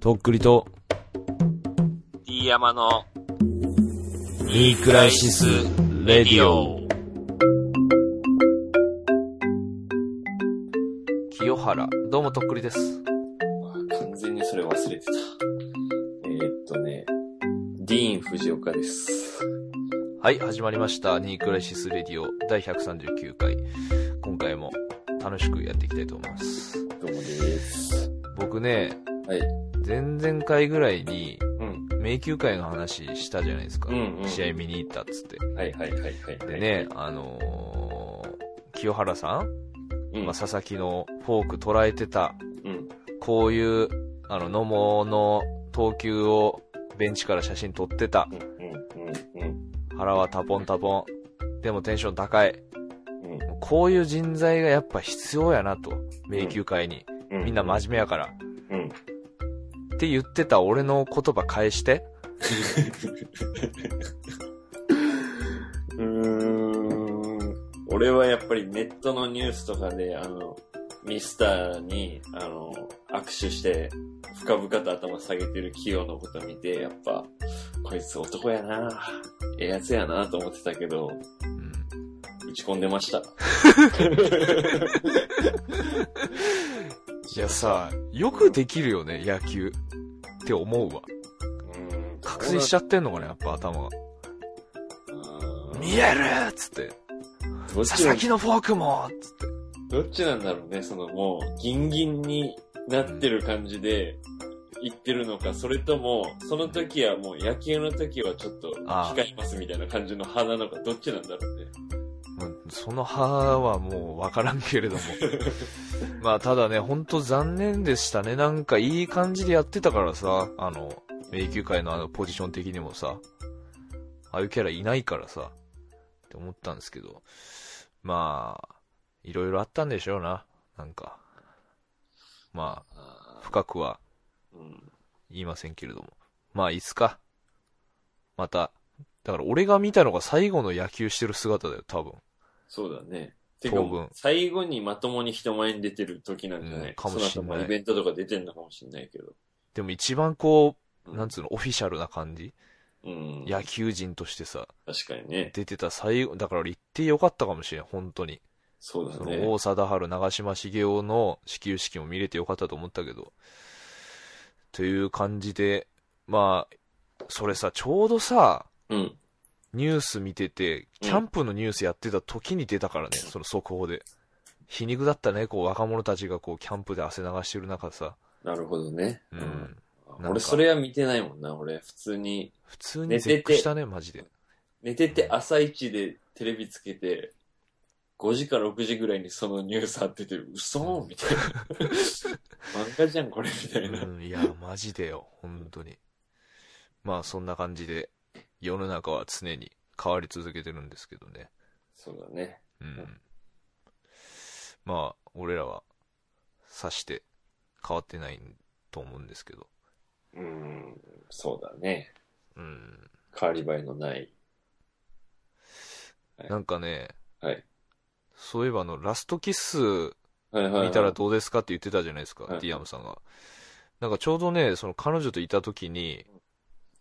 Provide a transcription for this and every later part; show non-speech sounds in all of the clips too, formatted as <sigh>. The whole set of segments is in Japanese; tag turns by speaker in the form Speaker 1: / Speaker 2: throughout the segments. Speaker 1: とっくりと、
Speaker 2: D 山の
Speaker 1: ニークライシス・レディオ。
Speaker 3: 清原。どうも、とっくりです。
Speaker 2: まあ完全にそれ忘れてた。えーっとね、ディーン・藤岡です。
Speaker 3: はい、始まりました。ニークライシスレディオ第139回。今回も楽しくやっていきたいと思います。
Speaker 2: どうもです。
Speaker 3: 僕ね、
Speaker 2: はい
Speaker 3: 前々回ぐらいに、
Speaker 2: うん。
Speaker 3: 迷宮会の話したじゃないですか。
Speaker 2: うんうん
Speaker 3: 試合見に行ったっつって。
Speaker 2: はいはいはいはい。
Speaker 3: でね、あのー清原さん、
Speaker 2: うん、
Speaker 3: まあ、佐々木のフォーク捉えてた、
Speaker 2: うん。
Speaker 3: こういう、あの、野茂の投球をベンチから写真撮ってた
Speaker 2: う。んうんうん
Speaker 3: 腹はタポンタポン。でもテンション高い。
Speaker 2: うんうん
Speaker 3: こういう人材がやっぱ必要やなと。迷宮会に。
Speaker 2: うん。
Speaker 3: みんな真面目やから。
Speaker 2: うん。
Speaker 3: って言ってた俺の言葉返して。
Speaker 2: うーん。俺はやっぱりネットのニュースとかで、あの、ミスターに、あの、握手して、深々と頭下げてる企業のこと見て、やっぱ、こいつ男やなええやつやなと思ってたけど、
Speaker 3: うん。
Speaker 2: 打ち込んでました。
Speaker 3: <laughs> いやさ、よくできるよね、野球。って思うわ。
Speaker 2: うん、
Speaker 3: 覚醒しち
Speaker 2: ゃ
Speaker 3: ゃってんのかね、やっぱ頭が。
Speaker 2: うん。
Speaker 3: 見えるっつって。
Speaker 2: どっ
Speaker 3: 佐
Speaker 2: ちな
Speaker 3: 々
Speaker 2: ん
Speaker 3: 木のフォークもっつって。
Speaker 2: どっちなんだろうね、そのもう、ギンギンになってる感じで、行ってるのか、それとも、その時はもう野球の時はちょっと
Speaker 3: ああ
Speaker 2: 控えますみたいな感じの派なのか、どっちなんだろうね。
Speaker 3: もうその歯はもうわからんけれども。まあただね、ほんと残念でしたね。なんかいい感じでやってたからさ、あの、迷宮界のあのポジション的にもさ、ああいうキャラいないからさ、って思ったんですけど、まあ、いろいろあったんでしょうな、なんか。まあ、深くは
Speaker 2: うん。
Speaker 3: 言いませんけれども。まあ、いつか。また、だから俺が見たのが最後の野球してる姿だよ、多分。
Speaker 2: そうだね。て
Speaker 3: 当分
Speaker 2: か、最後にまともに人前に出てる時なんじゃない、
Speaker 3: うんかもしんない
Speaker 2: その後もイベントとか出てんのかもしんないけど。
Speaker 3: でも一番こ
Speaker 2: う
Speaker 3: う、なんつうの、オフィシャルな感じ
Speaker 2: うん。
Speaker 3: 野球人としてさ、
Speaker 2: 確かにね。
Speaker 3: 出てた最後、だから行ってよかったかもしれん、本当に。
Speaker 2: そうだ
Speaker 3: そ
Speaker 2: ね
Speaker 3: の、。大貞治、長嶋茂雄の始球式も見れてよかったと思ったけど。という感じで、まあ、それさ、ちょうどさ、
Speaker 2: うん。
Speaker 3: ニュース見てて、キャンプのニュースやってた時に出たからね、その速報で。皮肉だったね、こう若者たちがこうキャンプで汗流してる中さ。
Speaker 2: なるほどね。
Speaker 3: う
Speaker 2: うん
Speaker 3: ん。なんか
Speaker 2: 俺、それは見てないもんな、俺。普通に、
Speaker 3: 普通に
Speaker 2: 寝てて
Speaker 3: 絶句したね、マジで。
Speaker 2: 寝てて朝一でテレビつけて、5時か6時ぐらいにそのニュースあってて、嘘みたいな。
Speaker 3: <laughs>
Speaker 2: 漫画じゃん、これ、みたいな。
Speaker 3: うん、いや、マジでよ、本当に。まあ、そんな感じで、世の中は常に変わり続けてるんですけどね。
Speaker 2: そうだね。
Speaker 3: うん。まあ、俺らは、さして変わってないと思うんですけど。
Speaker 2: うん、そうだね。
Speaker 3: うん。
Speaker 2: 変わり映えのない。
Speaker 3: なんかね、
Speaker 2: はい。
Speaker 3: そういえばあの、ラストキッス
Speaker 2: はいはい、はい。
Speaker 3: 見たらどうですかって言ってたじゃないですか、
Speaker 2: はい
Speaker 3: ディアムさんが。なんかちょうどね、その彼女といた時に、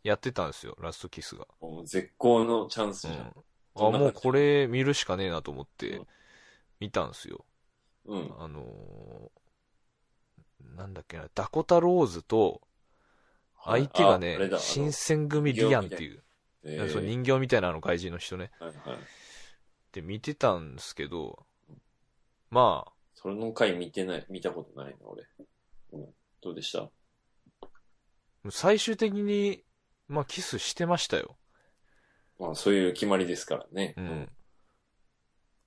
Speaker 3: やってたんですよ、ラストキスが。
Speaker 2: もう絶好のチャンスじゃん。
Speaker 3: うん、あ、もうこれ見るしかねえなと思っ
Speaker 2: う
Speaker 3: て
Speaker 2: ん、
Speaker 3: 見たんですよ。
Speaker 2: うん。
Speaker 3: あのーなんだっけな、ダコタローズと、相手が
Speaker 2: あ
Speaker 3: ね
Speaker 2: あれだ、
Speaker 3: 新選組リアンっていう、
Speaker 2: あのえ
Speaker 3: なんかその
Speaker 2: ー
Speaker 3: 人形みたいなあの外人の人ね。
Speaker 2: はいはい。
Speaker 3: で、見てたんですけど、まあ、
Speaker 2: それの回見てない、見たことないの、俺。うん。どうでした
Speaker 3: 最終的に、まあ、キスしてましたよ。
Speaker 2: まあ、そういう決まりですからね。
Speaker 3: うん。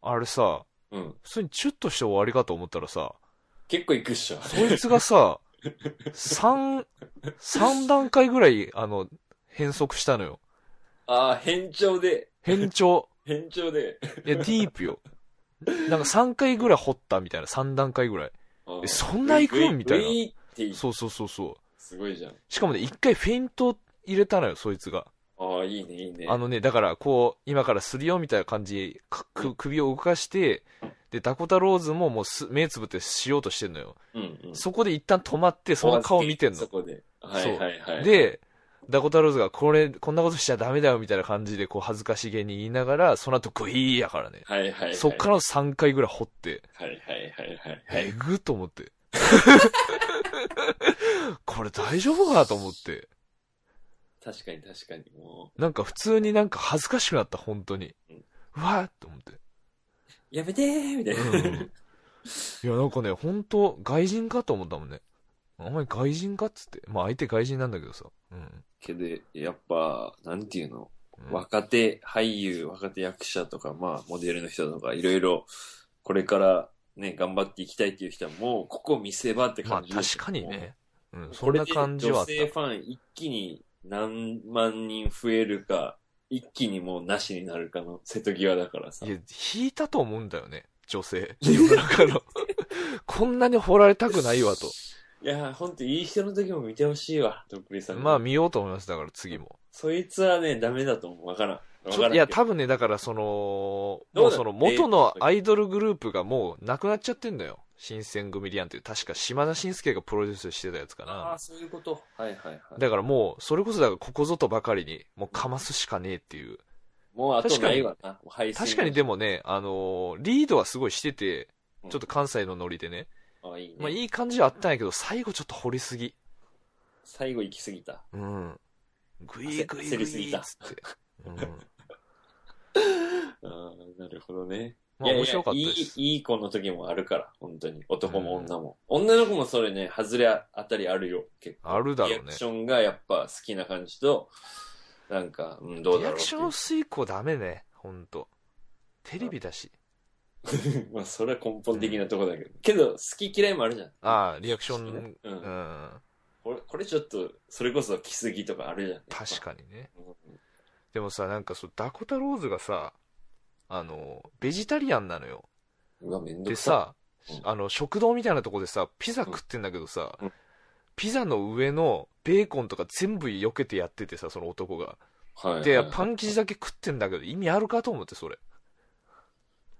Speaker 3: あれさ、
Speaker 2: うん。うん。
Speaker 3: 普通にチュッとして終わりかと思ったらさ、
Speaker 2: 結構行くっしょ。
Speaker 3: こいつがさ、三、三段階ぐらい、あの、変則したのよ。
Speaker 2: ああ、変調で。
Speaker 3: 変調。
Speaker 2: 変調で。
Speaker 3: いや、ディープよ。なんか三回ぐらい掘ったみたいな、三段階ぐらい。
Speaker 2: うん
Speaker 3: えそんな行くんみたいな
Speaker 2: ウィーっていい
Speaker 3: そうそうそうそう。
Speaker 2: すごいじゃん。
Speaker 3: しかもね、一回フェイント入れたのよ、そいつが。
Speaker 2: ああ、いいね、いいね。
Speaker 3: あのね、だからこう、今からするよみたいな感じ、かく首を動かして、で、ダコタローズももうす目つぶってしようとしてんのよ。
Speaker 2: うんうん、
Speaker 3: そこで一旦止まって、その顔見てんの
Speaker 2: そ。こで。あはいはいはい。、
Speaker 3: で、ダコタローズがこれ、こんなことしちゃダメだよみたいな感じで、こう恥ずかしげに言いながら、その後グイーやからね。
Speaker 2: はいはいはい。
Speaker 3: そっからの3回ぐらい掘って、
Speaker 2: はいはいはいはいはい。
Speaker 3: えぐっと思って。 <laughs> これ大丈夫かと思って。
Speaker 2: 確かに確かに。も
Speaker 3: なんか普通になんか恥ずかしくなった、本当に
Speaker 2: うん。
Speaker 3: うわーって思って。
Speaker 2: う、やめてーみたいな。 <laughs>
Speaker 3: いや、なんかね、本当外人かと思ったもんね。お前外人かっつって。まあ相手外人なんだけどさ。うん。
Speaker 2: けど、やっぱ、なんていうの
Speaker 3: うん
Speaker 2: 若手俳優、若手役者とか、まあ、モデルの人とか、いろいろ、これからね、頑張っていきたいっていう人は、もう、ここ見せ場って
Speaker 3: まあ
Speaker 2: 感じです
Speaker 3: 確かにね。うん
Speaker 2: もう。
Speaker 3: そんな感じはあっ
Speaker 2: これで女性ファン一気に何万人増えるか、一気にもうなしになるかの瀬戸際だから
Speaker 3: た。
Speaker 2: さ
Speaker 3: い。や、引いたと思うんだよね。女
Speaker 2: <laughs>
Speaker 3: 性。世の中の。 <laughs> こんなに掘られたくないわと。
Speaker 2: いやー、ほんといい人の時も見てほしいわ、とっくりさんの。
Speaker 3: まあ見ようと思います。だから次も。
Speaker 2: そいつはね、ダメだと思う。わからん。わからん
Speaker 3: ち
Speaker 2: け
Speaker 3: ょ
Speaker 2: ど。
Speaker 3: いや、多分ね、だからその、
Speaker 2: ど
Speaker 3: も
Speaker 2: う
Speaker 3: う
Speaker 2: だ
Speaker 3: その元のアイドルグループがもうなくなっちゃってんだよ。新選組リアンっていう、確か島田紳介がプロデュースしてたやつかな。
Speaker 2: ああ、そういうこと。はいはいはい。
Speaker 3: だからもう、それこそだからここぞとばかりに、もうかますしかねえっていう。
Speaker 2: もうあとないわな。配信
Speaker 3: 確かにでもね、あのーリードはすごいしてて
Speaker 2: う、ん
Speaker 3: ちょっと関西のノリでね。
Speaker 2: あいいね。
Speaker 3: まあいい感じはあったんやけど、最後ちょっと掘りすぎ。
Speaker 2: 最後行き過ぎた。
Speaker 3: うん。ぐい
Speaker 2: 焦
Speaker 3: ぐい
Speaker 2: 焦
Speaker 3: ぐ
Speaker 2: りすぎ
Speaker 3: い
Speaker 2: た
Speaker 3: っつって。うん。
Speaker 2: ああ、なるほどね。
Speaker 3: まあ面白かった
Speaker 2: いや
Speaker 3: で
Speaker 2: いや
Speaker 3: す。
Speaker 2: いい、いい子の時もあるから、本当に。男も女も。女の子もそれね、外れあたりあるよ、結構。
Speaker 3: あるだろうね
Speaker 2: リアクションがやっぱ好きな感じと、なんか、うん、どう
Speaker 3: リ
Speaker 2: だ
Speaker 3: ア
Speaker 2: ろう
Speaker 3: ク
Speaker 2: って
Speaker 3: シ
Speaker 2: い
Speaker 3: ョン水降ダメね、ほんと。テレビだし。
Speaker 2: う。 <laughs> まあ、それは根本的なとこだけど。けど、好き嫌いもあるじゃん。
Speaker 3: ああ、リアクショ
Speaker 2: ね
Speaker 3: ン、
Speaker 2: う。
Speaker 3: うんん。
Speaker 2: これ、これちょっと、それこそ来すぎとかあるじゃん。
Speaker 3: 確か
Speaker 2: か
Speaker 3: にね。
Speaker 2: に。
Speaker 3: でもさ、なんかそう、ダコタローズがさ、あの、ベジタリアンなのよ。
Speaker 2: うわ、めんど
Speaker 3: で
Speaker 2: くさ。
Speaker 3: さ
Speaker 2: うん、
Speaker 3: あの、食堂みたいなとこでさ、ピザ食ってんだけどさ
Speaker 2: うん、
Speaker 3: ピザの上のベーコンとか全部避けてやっててさ、その男が。
Speaker 2: はいはい。
Speaker 3: で、パン生地だけ食ってんだけど、意味あるかと思って、それ。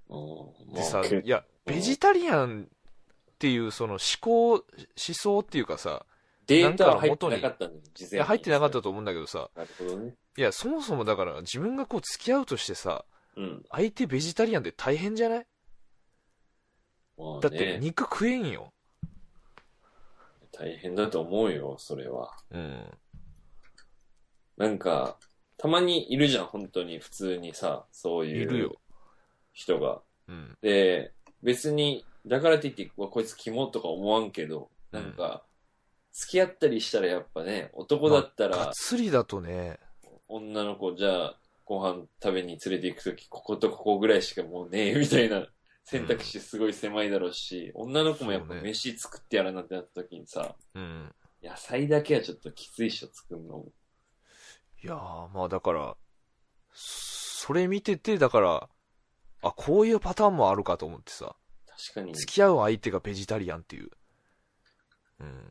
Speaker 2: うん
Speaker 3: でさ、
Speaker 2: まあけ
Speaker 3: いや、
Speaker 2: うん
Speaker 3: ベジタリアンっていう、その思考、思想っていうかさ、
Speaker 2: データは
Speaker 3: なんか
Speaker 2: 入っ
Speaker 3: 元
Speaker 2: て
Speaker 3: に
Speaker 2: なかったの事前
Speaker 3: い
Speaker 2: に
Speaker 3: や、入ってなかった。と思うんだけどさ、
Speaker 2: なるほどね。
Speaker 3: いや、そもそもだから、自分がこう付き合うとしてさ、
Speaker 2: うん。
Speaker 3: 相手ベジタリアンって大変じゃない
Speaker 2: まあね
Speaker 3: だって、肉食えんよ。
Speaker 2: 大変だと思うよ、それは。
Speaker 3: うん。
Speaker 2: なんか、たまにいるじゃん、本当に、普通にさ、そう
Speaker 3: い
Speaker 2: い
Speaker 3: る
Speaker 2: う
Speaker 3: よ。
Speaker 2: 人が。
Speaker 3: うん。
Speaker 2: で、別に、だからといって、うわこいつ肝とか思わんけど、
Speaker 3: うん
Speaker 2: なんか、付き合ったりしたらやっぱね、男だった
Speaker 3: がっ
Speaker 2: ら、
Speaker 3: つりだとね、
Speaker 2: 女の子、じゃあ、ご飯食べに連れて行くとき、こことここぐらいしかもうねえ、 <laughs> みたいな選択肢すごい狭いだろうし、女の子もやっぱ
Speaker 3: そうね
Speaker 2: 飯作ってやらなってなったときにさ、
Speaker 3: うん。
Speaker 2: 野菜だけはちょっときついっしょ、作るのも。
Speaker 3: いやー、まあだから、それ見てて、だから、あ、こういうパターンもあるかと思ってさ、
Speaker 2: 確かに。
Speaker 3: 付き合う相手がベジタリアンっていう。うん。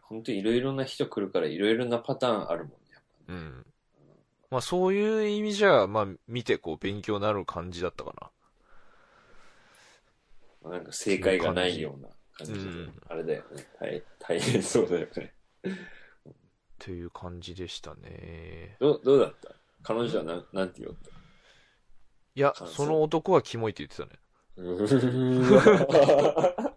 Speaker 2: 本当いろいろな人来るからいろいろなパターンあるもんね。やっぱ
Speaker 3: う
Speaker 2: ね
Speaker 3: ん。まあそういう意味じゃ、まあ見てこう勉強になる感じだったかな。
Speaker 2: まあなんか正解がないような感じで、
Speaker 3: うん
Speaker 2: あれだよね。大大変そうだよね。
Speaker 3: という感じでしたね。
Speaker 2: どうどうだった彼女はなんなんて言おった
Speaker 3: いや、
Speaker 2: 感想
Speaker 3: その男はキモいって言ってたね。
Speaker 2: うー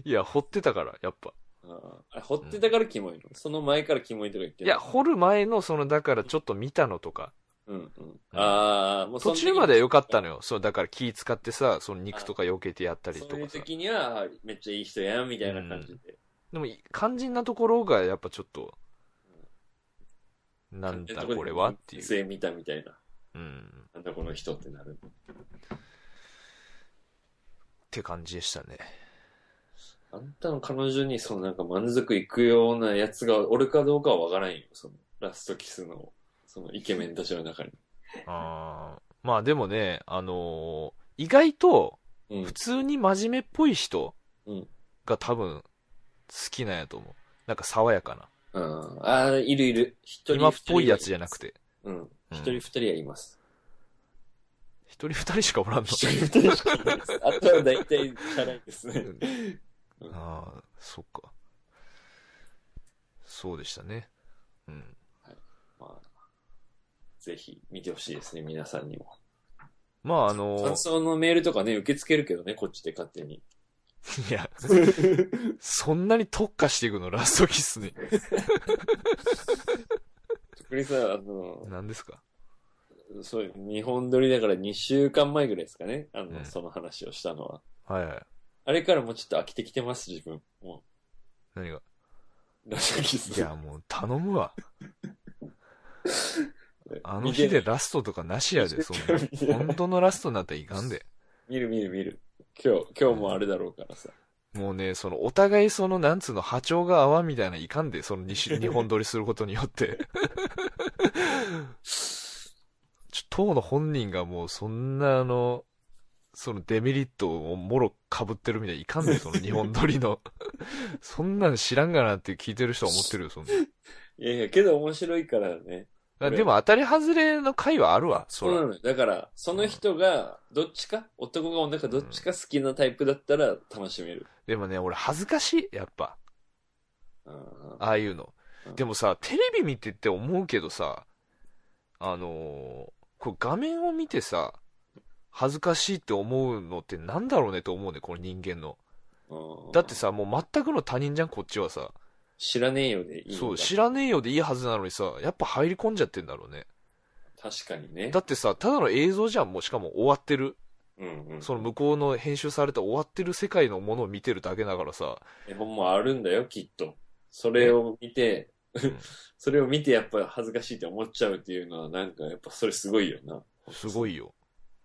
Speaker 2: ん
Speaker 3: いや、掘ってたから、やっぱ。
Speaker 2: ああ掘ってたからキモいの、その前からキモいとか言って
Speaker 3: い
Speaker 2: る
Speaker 3: や、掘る前の、その、だからちょっと見たのとか、
Speaker 2: うんうん。ああ、もうそ
Speaker 3: 途
Speaker 2: の時
Speaker 3: 中までは良かったのよ。そう、だから気使ってさ、その肉とか避けてやったりとか
Speaker 2: そういう
Speaker 3: さ。
Speaker 2: 時には、あめっちゃいい人やん、みたいな感じで。
Speaker 3: でも、い肝心なところがやっぱちょっと、なんだこれはっていう。
Speaker 2: 性見たみたいな。
Speaker 3: うん。
Speaker 2: なんだこの人ってなる。
Speaker 3: って感じでしたね。
Speaker 2: あんたの彼女に、そのなんか満足いくようなやつがおるかどうかはわからんよ。その、ラストキスの、そのイケメンたちの中に。
Speaker 3: あーまあでもね、あのー意外と、
Speaker 2: うん
Speaker 3: 普。通に真面目っぽい人
Speaker 2: うん
Speaker 3: が多分、好きなんやと思う。なんか爽やかな。
Speaker 2: ああー、いるいる。一人
Speaker 3: 今っぽいやつじゃなく
Speaker 2: て。
Speaker 3: て。
Speaker 2: うん。
Speaker 3: うん
Speaker 2: 一人二人はいます。
Speaker 3: 一人二人しかおらんの。
Speaker 2: 一人
Speaker 3: <laughs>
Speaker 2: 二人しかいないです。あとは大体、チャラいですね。
Speaker 3: ああ、そっか。そうでしたね。うん。
Speaker 2: まあ、ぜひ見てほしいですね、皆さんにも。
Speaker 3: まあ、あの
Speaker 2: 感、想のメールとかね、受け付けるけどね、こっちで勝
Speaker 3: <laughs>
Speaker 2: 手に。
Speaker 3: いや、そんなに特化していくの、ラストキスに。
Speaker 2: 特にさ、あの、
Speaker 3: 何ですか
Speaker 2: そういう、日本撮りだから2週間前ぐらいですかね、あの、
Speaker 3: うん
Speaker 2: その話をしたのは。
Speaker 3: はいはい。
Speaker 2: あれからもうちょっと飽きてきてます、自分。も
Speaker 3: 何が
Speaker 2: う、ラストキス。
Speaker 3: い
Speaker 2: <laughs>
Speaker 3: や、もう頼むわ。あの
Speaker 2: 見
Speaker 3: 日
Speaker 2: て
Speaker 3: でラストとかなしや
Speaker 2: <laughs>
Speaker 3: で、そんな。本当のラストになったらいかんで。
Speaker 2: 見る見る見る。今日、今日もあれだろうからさ。
Speaker 3: もうね、その、お互いその、なんつうの、波長が合わんみたいないかんで、その2種、日
Speaker 2: <laughs>
Speaker 3: 本撮りすることによって。ちょ、当の本人がもう、そんな、あの、そのデメリットをもろ被ってるみたいにいかんで、
Speaker 2: <laughs>
Speaker 3: その日本撮りの。そんなん知らんがなって聞いてる人は思ってるよ、そんな。
Speaker 2: いやいや、けど面白いからね。
Speaker 3: あでも当たり外れの回はあるわ、そ
Speaker 2: そうな
Speaker 3: ら。
Speaker 2: のよ。だから、その人が、どっちか、男が女かどっちか好きなタイプだったら楽しめる。
Speaker 3: でもね、俺恥ずかしい、やっぱ。
Speaker 2: うん
Speaker 3: ああいうの
Speaker 2: うん。
Speaker 3: でもさ、テレビ見てって思うけどさ、あのーこう画面を見てさ、恥ずかしいって思うのってなんだろうねと思うね、この人間の。
Speaker 2: うん
Speaker 3: だってさ、もう全くの他人じゃん、こっちはさ。
Speaker 2: 知らねえよでいいんだ
Speaker 3: そう、知らねえよでいいはずなのにさ、やっぱ入り込んじゃってんだろうね。
Speaker 2: 確かにね。
Speaker 3: だってさ、ただの映像じゃん、もうしかも終わってる。
Speaker 2: うんうん。
Speaker 3: その向こうの編集された終わってる世界のものを見てるだけだからさ、
Speaker 2: 絵本もあるんだよ、きっと。それを見て、
Speaker 3: ん
Speaker 2: <laughs> それを見てやっぱ恥ずかしいって思っちゃうっていうのはなんかやっぱそれすごいよな。
Speaker 3: すごいよ。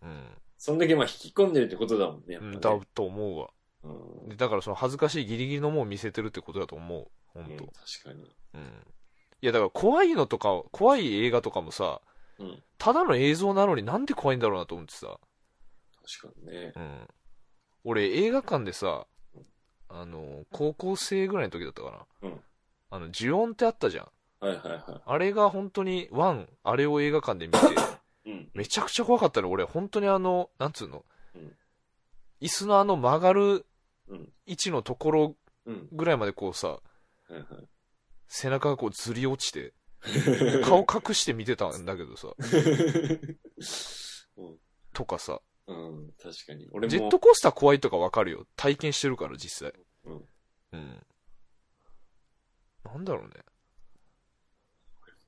Speaker 3: うん。
Speaker 2: そんだけまあ引き込んでるってことだもんね、やっ
Speaker 3: うん、
Speaker 2: ぱ
Speaker 3: だ
Speaker 2: ね。
Speaker 3: と思うわ。
Speaker 2: うん、
Speaker 3: でだからその恥ずかしいギリギリのもんを見せてるってことだと思う。
Speaker 2: う
Speaker 3: 本
Speaker 2: ん
Speaker 3: 当
Speaker 2: 確。かに。
Speaker 3: うん。いやだから怖いのとか、怖い映画とかもさ、
Speaker 2: うん
Speaker 3: ただの映像なのになんで怖いんだろうなと思ってさ、
Speaker 2: 確かにね。
Speaker 3: うん。俺映画館でさ、あの、高校生ぐらいの時だったかな。
Speaker 2: うん
Speaker 3: あの、呪音ってあったじゃん。
Speaker 2: はいはいは
Speaker 3: あれが本当にワン、あれを映画館で見
Speaker 2: <coughs>
Speaker 3: て、
Speaker 2: い。うん。
Speaker 3: めちゃくちゃ怖かったね。俺本当にあの、なんつうの、
Speaker 2: うん
Speaker 3: 椅子のあの曲がる
Speaker 2: うん
Speaker 3: 位置のところ
Speaker 2: うん。
Speaker 3: ぐらいまでこうさ、
Speaker 2: はいはい
Speaker 3: 背中がこうずり落ち
Speaker 2: <laughs>
Speaker 3: て、顔隠して見てたんだけどさ、
Speaker 2: <laughs>
Speaker 3: とかさ、
Speaker 2: うん、確かに。俺
Speaker 3: ジェ
Speaker 2: も
Speaker 3: ット、コースター怖いとかわかるよ。体験してるから実際。
Speaker 2: うん
Speaker 3: うん。なんだろうね。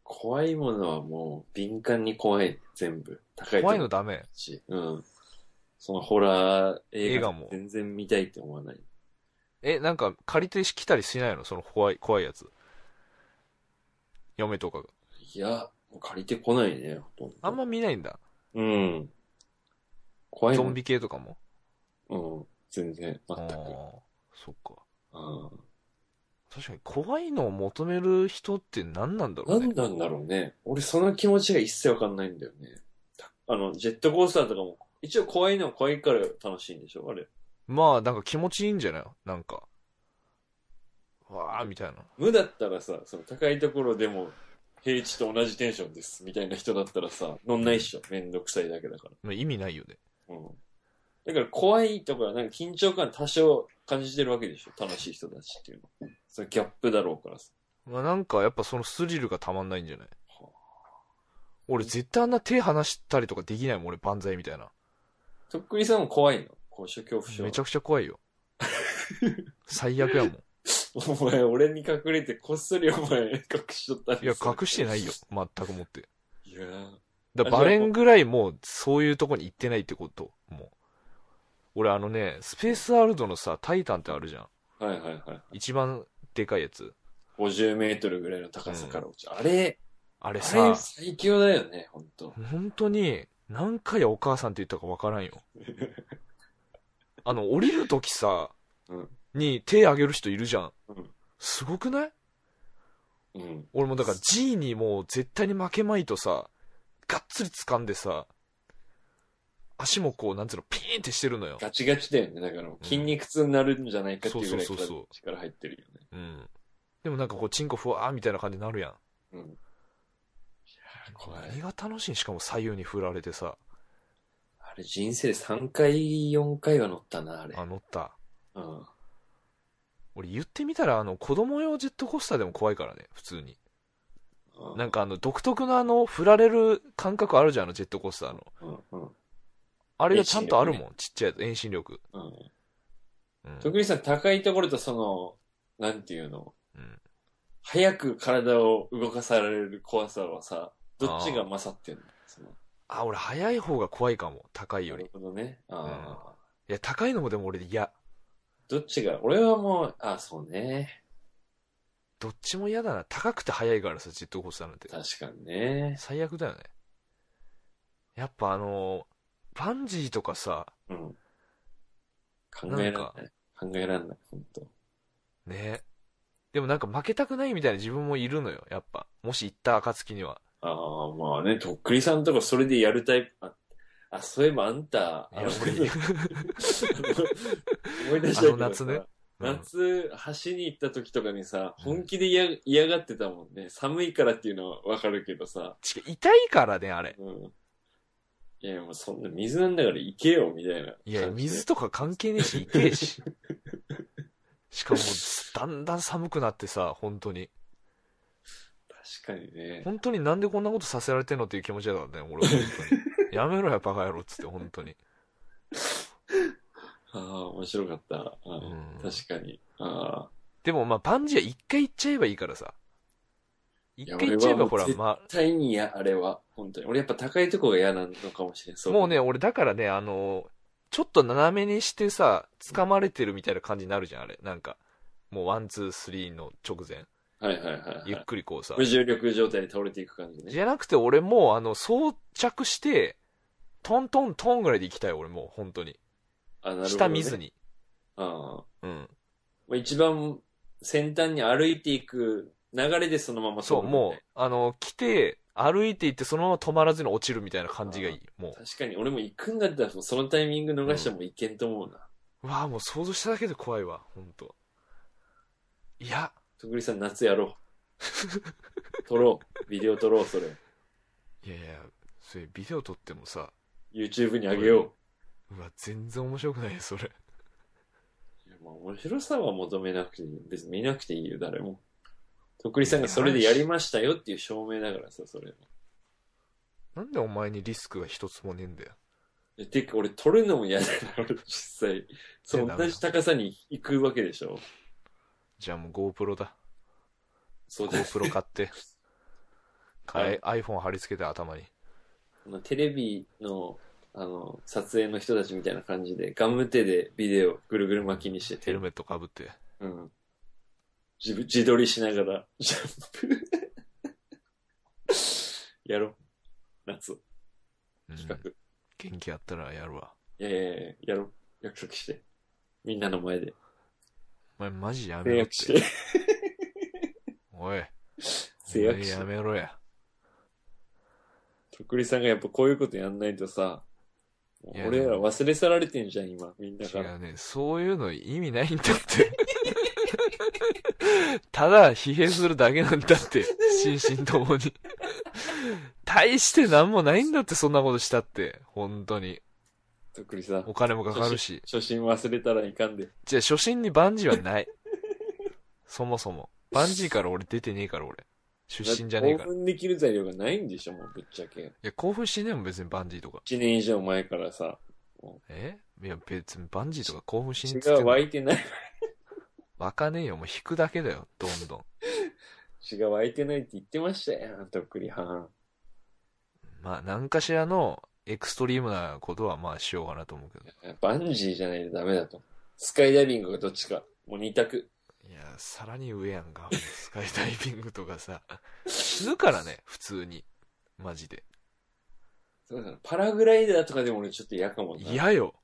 Speaker 2: 怖いものはもう、敏感に怖い、全部。高いと
Speaker 3: 怖い
Speaker 2: 思
Speaker 3: の
Speaker 2: う
Speaker 3: ダメ。
Speaker 2: し。うん。そのホラー映
Speaker 3: 映
Speaker 2: 画
Speaker 3: 画も
Speaker 2: 全然見たいって思わない。
Speaker 3: え、なんか借りてきたりしないのその怖い、怖いやつ。嫁とかが。
Speaker 2: いや、もう借りてこないね、ほとんど。
Speaker 3: あんま見ないんだ。
Speaker 2: うん。怖い
Speaker 3: ゾ
Speaker 2: も
Speaker 3: ン
Speaker 2: ん。
Speaker 3: ビ系とかも。
Speaker 2: うん。全然、
Speaker 3: ああ
Speaker 2: 全
Speaker 3: ー
Speaker 2: く。、
Speaker 3: そっか。
Speaker 2: うん
Speaker 3: 確かに怖いのを求める人って何なんだろう
Speaker 2: 何
Speaker 3: ね。
Speaker 2: なんだろうね。俺、その気持ちが一切わかんないんだよね。たあの、ジェットコースターとかも、一応怖いのは怖いから楽しいんでしょあれ。
Speaker 3: まあ、なんか気持ちいいんじゃないなんか。わーみたいな。
Speaker 2: 無だったらさ、その高いところでも、平地と同じテンションです、みたいな人だったらさ、乗んないっしょ。めんどくさいだけだか
Speaker 3: まあ意味ないよね。
Speaker 2: ら。うん。だから怖いとか、なんか緊張感多少感じてるわけでしょ楽しい人たちっていうの。そのギャップだろうからさ。
Speaker 3: まあ、なんかやっぱそのスリルがたまんないんじゃない
Speaker 2: はあ
Speaker 3: 俺絶対あんな手離したりとかできないもん、俺万歳みたいな。
Speaker 2: とっくりさんも怖いの高所恐怖症。
Speaker 3: めちゃくちゃ怖い <laughs> よ。最悪やもん。
Speaker 2: お前、俺に隠れて、こっそりお前、隠しとったん
Speaker 3: い
Speaker 2: で
Speaker 3: や、
Speaker 2: す
Speaker 3: 隠してないよ。。全くもって。
Speaker 2: いやー
Speaker 3: だからバレンぐらいもう、そういうとこに行ってないってこと。もう。俺あのね、スペースワールドのさ、タイタンってあるじゃん。
Speaker 2: はいはいはい。
Speaker 3: 一番でかいやつ。
Speaker 2: 50メートルぐらいの高さから落ち、あれ、
Speaker 3: あれ
Speaker 2: あれ
Speaker 3: さ、
Speaker 2: 最強だよね、ほんと。
Speaker 3: 本当に、何回お母さんって言ったかわからん
Speaker 2: <laughs>
Speaker 3: よ。あの、降りるときさ、
Speaker 2: うん
Speaker 3: に手あげる人いるじゃん
Speaker 2: うん。
Speaker 3: すごくない
Speaker 2: うん。
Speaker 3: 俺もだから G にもう絶対に負けまいとさ、がっつり掴んでさ、足もこう、なんつうの、ピーンってしてるのよ。
Speaker 2: ガチガチだよね。だから、筋肉痛になるんじゃないかっていうぐらい
Speaker 3: そうそうそうそう
Speaker 2: 力入ってるよね。
Speaker 3: うん。でもなんかこう、チンコふわーみたいな感じになるやん。
Speaker 2: うん。いやー怖い
Speaker 3: 何。が楽しいんしかも左右に振られてさ、
Speaker 2: あれ、人生3回、4回は乗ったな、あれ。
Speaker 3: あ、乗った。
Speaker 2: うん。
Speaker 3: 俺言ってみたら、あの、子供用ジェットコースターでも怖いからね、普通に。なんかあの、独特のあの、振られる感覚あるじゃん、あの、ジェットコースターの。
Speaker 2: うんうん
Speaker 3: あれがちゃんとあるもん、ちっちゃいやつ、遠心力。
Speaker 2: うん
Speaker 3: うん。
Speaker 2: 徳光さん、高いところとその、なんていうの、
Speaker 3: うん
Speaker 2: 早く体を動かされる怖さはさ、どっちが勝ってんのその
Speaker 3: あ、俺、早い方が怖いかも、高いより。
Speaker 2: なる
Speaker 3: い
Speaker 2: ほどね。ああ、
Speaker 3: や、高いのもでも俺嫌。
Speaker 2: どっちが、俺はもう、ああ、そうね。
Speaker 3: どっちも嫌だな。高くて早いからさ、ジェットコースターなんて。
Speaker 2: 確かにね。
Speaker 3: 最悪だよね。やっぱあの、バンジーとかさ、
Speaker 2: うん。考え
Speaker 3: な
Speaker 2: ら
Speaker 3: んか
Speaker 2: れない。考えられない、本当
Speaker 3: ね。でもなんか負けたくないみたいな自分もいるのよ、やっぱ。もし行った暁には。
Speaker 2: ああ、まあね、とっくりさんとかそれでやるタイプ、あ、あそういえばあんた、
Speaker 3: い
Speaker 2: あ
Speaker 3: や
Speaker 2: の
Speaker 3: 俺
Speaker 2: 思い
Speaker 3: <laughs>
Speaker 2: 出したけどさ
Speaker 3: あの夏ね。うん
Speaker 2: 夏、橋に行った時とかにさ、本気で嫌嫌がってたもんね。寒いからっていうのはわかるけどさ。
Speaker 3: ち痛いからね、あれ。
Speaker 2: うん。いや、もうそんな水なんだから行けよ、みたいな。
Speaker 3: いや、水とか関係ねえし、痛えし。しかも、だんだん寒くなってさ、本当に。
Speaker 2: 確かにね。
Speaker 3: 本当になんでこんなことさせられてんのっていう気持ちだったね、俺は本当に。やめろや、バカ野郎っつって、本当に。
Speaker 2: ああ、面白かった。ああ
Speaker 3: うん
Speaker 2: 確かに。ああ。
Speaker 3: でも、まあ、バンジーは一回行っちゃえばいいからさ。一
Speaker 2: や
Speaker 3: 回行っちゃえば、ほ
Speaker 2: 俺は
Speaker 3: ら、
Speaker 2: もう
Speaker 3: ま
Speaker 2: 絶対に嫌、あれは。本当に。俺やっぱ高いとこが嫌なのかもしれん。
Speaker 3: あ、
Speaker 2: そ
Speaker 3: もうね、俺だからね、あの、ちょっと斜めにしてさ、掴まれてるみたいな感じになるじゃん、あれ。なんか、もうワン、ツー、スリーの直前。
Speaker 2: はいはいはいはい。
Speaker 3: ゆっくりこうさ。
Speaker 2: 無重力状態で倒れていく感じね。
Speaker 3: じゃなくて、俺もう、あの、装着して、トントントンぐらいで行きたい、俺もう、本当に。
Speaker 2: あ、なるほど、ね。
Speaker 3: 下見ず。に。
Speaker 2: ああ。
Speaker 3: うん。
Speaker 2: まあ一番先端に歩いていく流れでそのまま
Speaker 3: そう、もう、あの、来て、歩いて行って、そのまま止まらずに落ちるみたいな感じがいい。もう。
Speaker 2: 確かに俺も行くんだったらそのタイミング逃してもいけんと思うな。
Speaker 3: うわあもう想像しただけで怖いわ、本当いや、
Speaker 2: 徳利さん夏やろ
Speaker 3: <laughs>
Speaker 2: う。撮ろう。ビデオ撮ろう、それ。
Speaker 3: いやいや、それビデオ撮ってもさ、
Speaker 2: YouTube にあげよ
Speaker 3: うわ、全然面白くないよ、それ。
Speaker 2: う。いやまあ面白さは求めなくていい。別に見なくていいよ、誰も。徳利さんがそれでやりましたよっていう証明だからさ、それ。
Speaker 3: なんでお前にリスクが一つもねえんだよ。
Speaker 2: えてか俺撮るのも嫌だな、俺実際。そう、
Speaker 3: ダメだ
Speaker 2: 同じ高さに行くわけでしょ。
Speaker 3: じゃあもう GoPro だ。
Speaker 2: そうだ
Speaker 3: GoPro 買
Speaker 2: <laughs>
Speaker 3: って。
Speaker 2: は
Speaker 3: はいい、iPhone 貼り付けて頭に。
Speaker 2: あのテレビの、あの、撮影の人たちみたいな感じで、ガム手でビデオぐるぐる巻きにしてて
Speaker 3: ヘルメットかぶって。
Speaker 2: うん。自分、自撮りしながら、ジャンプ。 <laughs> やろう。夏、
Speaker 3: うん、
Speaker 2: 企画。
Speaker 3: 元気あったらやるわ。
Speaker 2: いやいやいや、やろう。約束して。みんなの前で。
Speaker 3: お前マジや
Speaker 2: 制
Speaker 3: めろっ。
Speaker 2: 約してて。
Speaker 3: おい。
Speaker 2: 制約
Speaker 3: お前
Speaker 2: して
Speaker 3: やめろや。
Speaker 2: とっくりさんがやっぱこういうことやんないとさ、もう
Speaker 3: いや
Speaker 2: 俺ら忘れ去られてんじゃん、今、みんな
Speaker 3: 違
Speaker 2: から。
Speaker 3: うね、そういうの意味ないんだって。 <laughs> ただ疲弊するだけなんだって、心身ともに。大して何もないんだって、そんなことしたって。本当に。
Speaker 2: とっくりさん
Speaker 3: お。金もかかるし。
Speaker 2: 初心忘れたらいかんで。
Speaker 3: じゃあ、初心にバンジーはない。そもそも。バンジーから俺出てねえから、俺。出身じゃねえから。い
Speaker 2: 興奮できる材料がないんでしょ、もうぶっちゃけ。
Speaker 3: や、興奮してねえもん、別にバンジーとか。
Speaker 2: 一年以上前からさ、
Speaker 3: えいや、別にバンジーとか興奮しねえ
Speaker 2: 血
Speaker 3: っつって
Speaker 2: が
Speaker 3: んの
Speaker 2: 湧いてない、
Speaker 3: 湧かねえよ、もう引くだけだよ、どんどん。
Speaker 2: 血が湧いてないって言ってましたよ、とっくりはん。
Speaker 3: まあ、何かしらのエクストリームなことはまあしようかなと思うけど。
Speaker 2: バンジーじゃないとダメだと。スカイダイビングがどっちか。もう二択。
Speaker 3: いや、さらに上やんか、もうスカイダイビングとかさ。死ぬからね、普通に。マジで。
Speaker 2: そうだな。パラグライダーとかでも俺ちょっと嫌かもな。
Speaker 3: 嫌よ。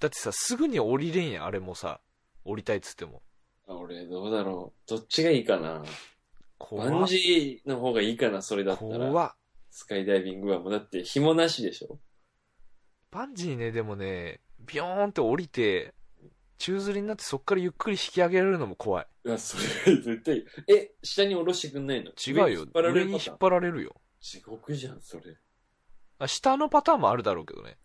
Speaker 3: だってさ、すぐに降りれんやん、あれもさ。降りたいっつっても。
Speaker 2: あ俺どうだろう。どっちがいいかな。
Speaker 3: 怖
Speaker 2: バンジーの方がいいかな、それだったら。
Speaker 3: 怖っ
Speaker 2: スカイダイビングはもうだって紐なしでしょ。
Speaker 3: バンジーね、でもね、ビヨーンって降りて、宙吊りになってそっからゆっくり引き上げられるのも怖い。
Speaker 2: いや、それ絶対、え、下に下ろしてくんないの
Speaker 3: 違う
Speaker 2: 上に
Speaker 3: よ
Speaker 2: 引っ。張られ
Speaker 3: 上
Speaker 2: る
Speaker 3: に
Speaker 2: パタ
Speaker 3: 引
Speaker 2: ー
Speaker 3: っ
Speaker 2: ン。
Speaker 3: 張られるよ。
Speaker 2: 地獄じゃん、それ。
Speaker 3: あ下のパターンもあるだろうけどね。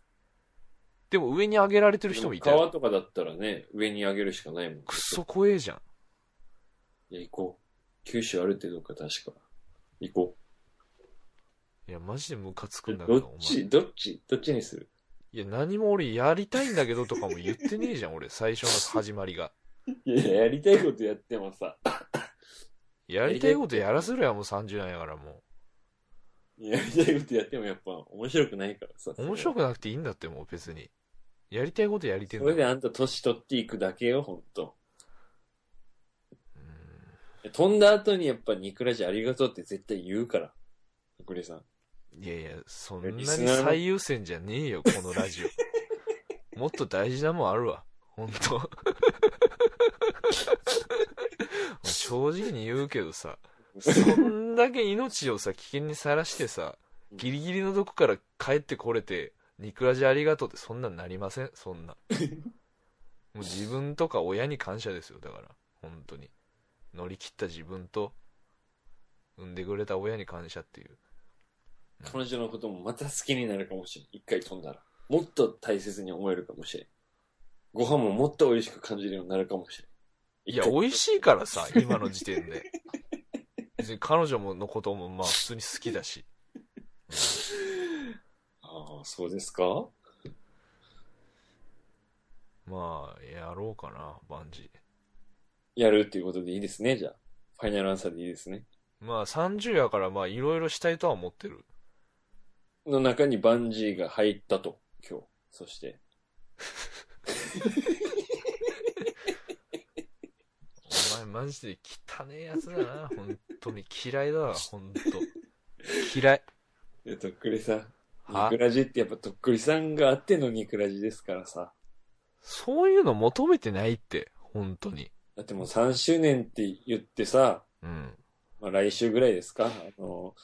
Speaker 3: でも上に上げられてる人もいたよ。
Speaker 2: 川とかだったらね、上に上げるしかないもん。
Speaker 3: くっそ怖えじゃん。
Speaker 2: いや、行こう。九州あるってどっか確か。行こ
Speaker 3: いや、マジでムカつく
Speaker 2: う。
Speaker 3: んだけど、
Speaker 2: ど
Speaker 3: お
Speaker 2: っ
Speaker 3: 前。
Speaker 2: ち、どっち、どっちにする
Speaker 3: いや、何も俺やりたいんだけどとかも言ってねえじゃん、俺、最初の始まりが。
Speaker 2: いや、やりたいことやってもさ。
Speaker 3: やりたいことやらせろや、もう30なんやからも
Speaker 2: やりたいことやってもやっぱ面白くないからさ。
Speaker 3: う。面白
Speaker 2: く
Speaker 3: くなくていいんだって、もう別に。やりたいことやりてん
Speaker 2: そ
Speaker 3: だか
Speaker 2: れで
Speaker 3: ら。
Speaker 2: あんた年取っていくだけよ、ほんと。
Speaker 3: うん
Speaker 2: 飛んだ後にやっぱニクラジありがとうって絶対言うから。グレさん。 <laughs>
Speaker 3: いやいや、そんなに
Speaker 2: リスナーの
Speaker 3: 最優先じゃねえよ、このラジ
Speaker 2: <laughs>
Speaker 3: オ。もっと大事なもんあるわ。ほんと。正直に言うけどさ、そんだけ命をさ、危険にさらしてさ、ギリギリのどこから帰ってこれて、ニクラジありがとうってそんなんなりませんそんな。もう自分とか親に感謝ですよ、だから。本当に。乗り切った自分と、産んでくれた親に感謝っていう。
Speaker 2: 彼女のこともまた好きになるかもしれん。一回飛んだら。もっと大切に思えるかもしれん。ご飯ももっと美味しく感じるようになるかもしれん。
Speaker 3: いや、
Speaker 2: 一回
Speaker 3: 美味しいからさ、今の時点で。別に彼女ものこともまあ普通に好きだし。
Speaker 2: ああ、そうですか
Speaker 3: まあ、やろうかな、バンジ
Speaker 2: やるっていうことでいいですね、じゃあ。ファイナルアンサーでいいですね。
Speaker 3: ー。まあ30やからまあいろいろしたいとは思ってる。
Speaker 2: の中にバンジーが入ったと、今日。そして。
Speaker 3: お前マジで汚ねえやつだな、本当に。嫌いだわ、本当嫌い。
Speaker 2: え、とっくりさん。ニ
Speaker 3: は
Speaker 2: クラジってやっぱとっくりさんがあってのニクラジですからさ。
Speaker 3: そういうの求めてないって、本当に。
Speaker 2: だってもう3周年って言ってさ、
Speaker 3: うん。
Speaker 2: まあ、来週ぐらいですかあの、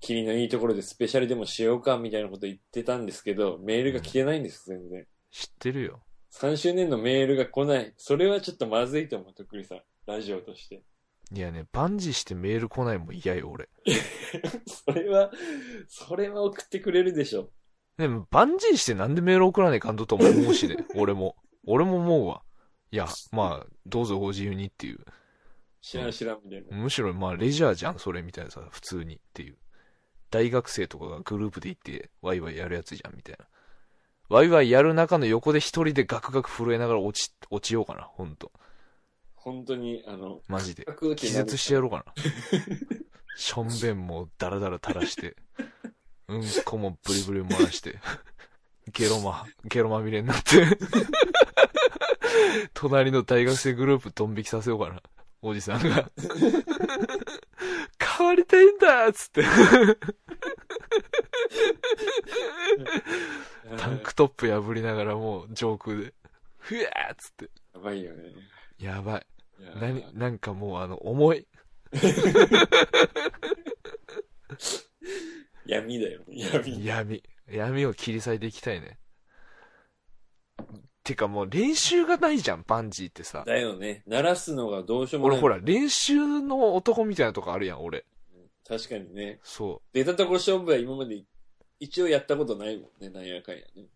Speaker 2: 霧のいいところでスペシャルでもしようかみたいなこと言ってたんですけど、メールが来てないんです、全然。
Speaker 3: 知ってるよ。
Speaker 2: 3周年のメールが来ない。それはちょっとまずいと思う、とっくりさん。ラジオとして。 <laughs>
Speaker 3: いやね、バンジーしてメール来ないも嫌よ、俺。
Speaker 2: それは、それは送ってくれるでしょ。
Speaker 3: でも、バンジーしてなんでメール送らないかんととも思うしね。俺も。俺も思うわ。いや、まあ、どうぞご自由にっていう。
Speaker 2: 知らん知らんみたいな。
Speaker 3: むしろ、まあ、レジャーじゃん、それみたいなさ、普通にっていう。大学生とかがグループで行って、ワイワイやるやつじゃん、みたいな。ワイワイやる中の横で一人でガクガク震えながら落ち、落ちようかな、ほんと。
Speaker 2: 本当に、あの、
Speaker 3: マジで。
Speaker 2: 気
Speaker 3: 気絶してやろうかな。しょんべんもダラダラ垂らして、うんこもブリブリ回して、ゲロま、ゲロまみれになって、 <laughs> 隣の大学生グループドン引きさせようかな。おじさんが。変わりたいんだっつって、
Speaker 2: うん
Speaker 3: タンクトップ破りながらもう上空で、ふやーっつって、
Speaker 2: やばいよね。
Speaker 3: やばい。
Speaker 2: いや
Speaker 3: なに、なんかもうあの、重い。
Speaker 2: 闇だよ。闇。
Speaker 3: 闇。闇を切り裂いていきたいね。てかもう練習がないじゃん、バンジーってさ。
Speaker 2: だよね。鳴らすのがどうしようもな
Speaker 3: 俺
Speaker 2: い。
Speaker 3: ほら、練習の男みたいなとこあるやん、俺。
Speaker 2: 確かにね。
Speaker 3: そ
Speaker 2: 出たところ勝負は今まで一応やったことないもんね、なんやかんやね。
Speaker 3: う。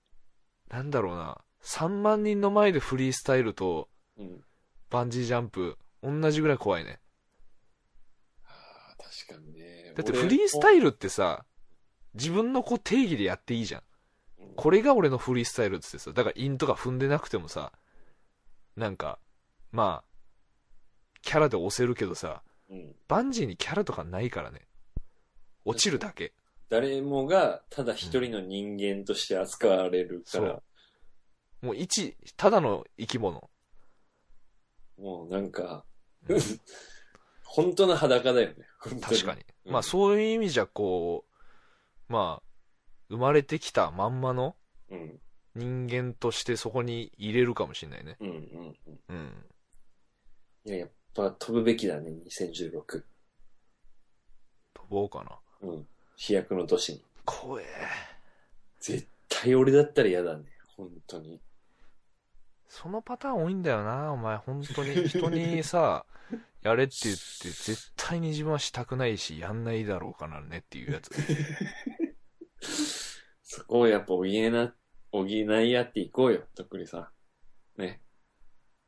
Speaker 3: なんだろうな。3万人の前でフリースタイルと
Speaker 2: うん。
Speaker 3: バンジージャンプ、同じぐらい怖いね。
Speaker 2: あー確かにね。
Speaker 3: だってフリースタ
Speaker 2: イ
Speaker 3: イルってさ、自分のこう定義でやっていいじゃん。これが俺のフリースタイルっつってさ、だから韻とか踏んでなくてもさ、なんか、まあ、キャラで押せるけどさ、
Speaker 2: ル、うん
Speaker 3: バンジーにキャラとかないからね。落ちるだけ。
Speaker 2: 誰もがただ一人の人間として扱われるから、
Speaker 3: もう一、ただの生き物。
Speaker 2: もうなんか、 <laughs>
Speaker 3: うん
Speaker 2: 本当の裸だよね。本当
Speaker 3: 確かに。
Speaker 2: うん
Speaker 3: まあそういう意味じゃこう、まあ、生まれてきたまんまの
Speaker 2: うん。
Speaker 3: 人間としてそこに入れるかもしれないね。
Speaker 2: うんうんうん。
Speaker 3: うん。
Speaker 2: いや、やっぱ飛ぶべきだね、2016。
Speaker 3: 飛ぼうかな。
Speaker 2: うん。飛躍の年に。
Speaker 3: 怖え。
Speaker 2: 絶対俺だったら嫌だね。本当に。
Speaker 3: そのパターン多いんだよな、お前。本当に。人にさ、やれって言って、絶対に自分はしたくないし、やんないだろうかなねっていうやつ。
Speaker 2: そこをやっぱ言えな補い合っていこうよ、とっくりさん。ね。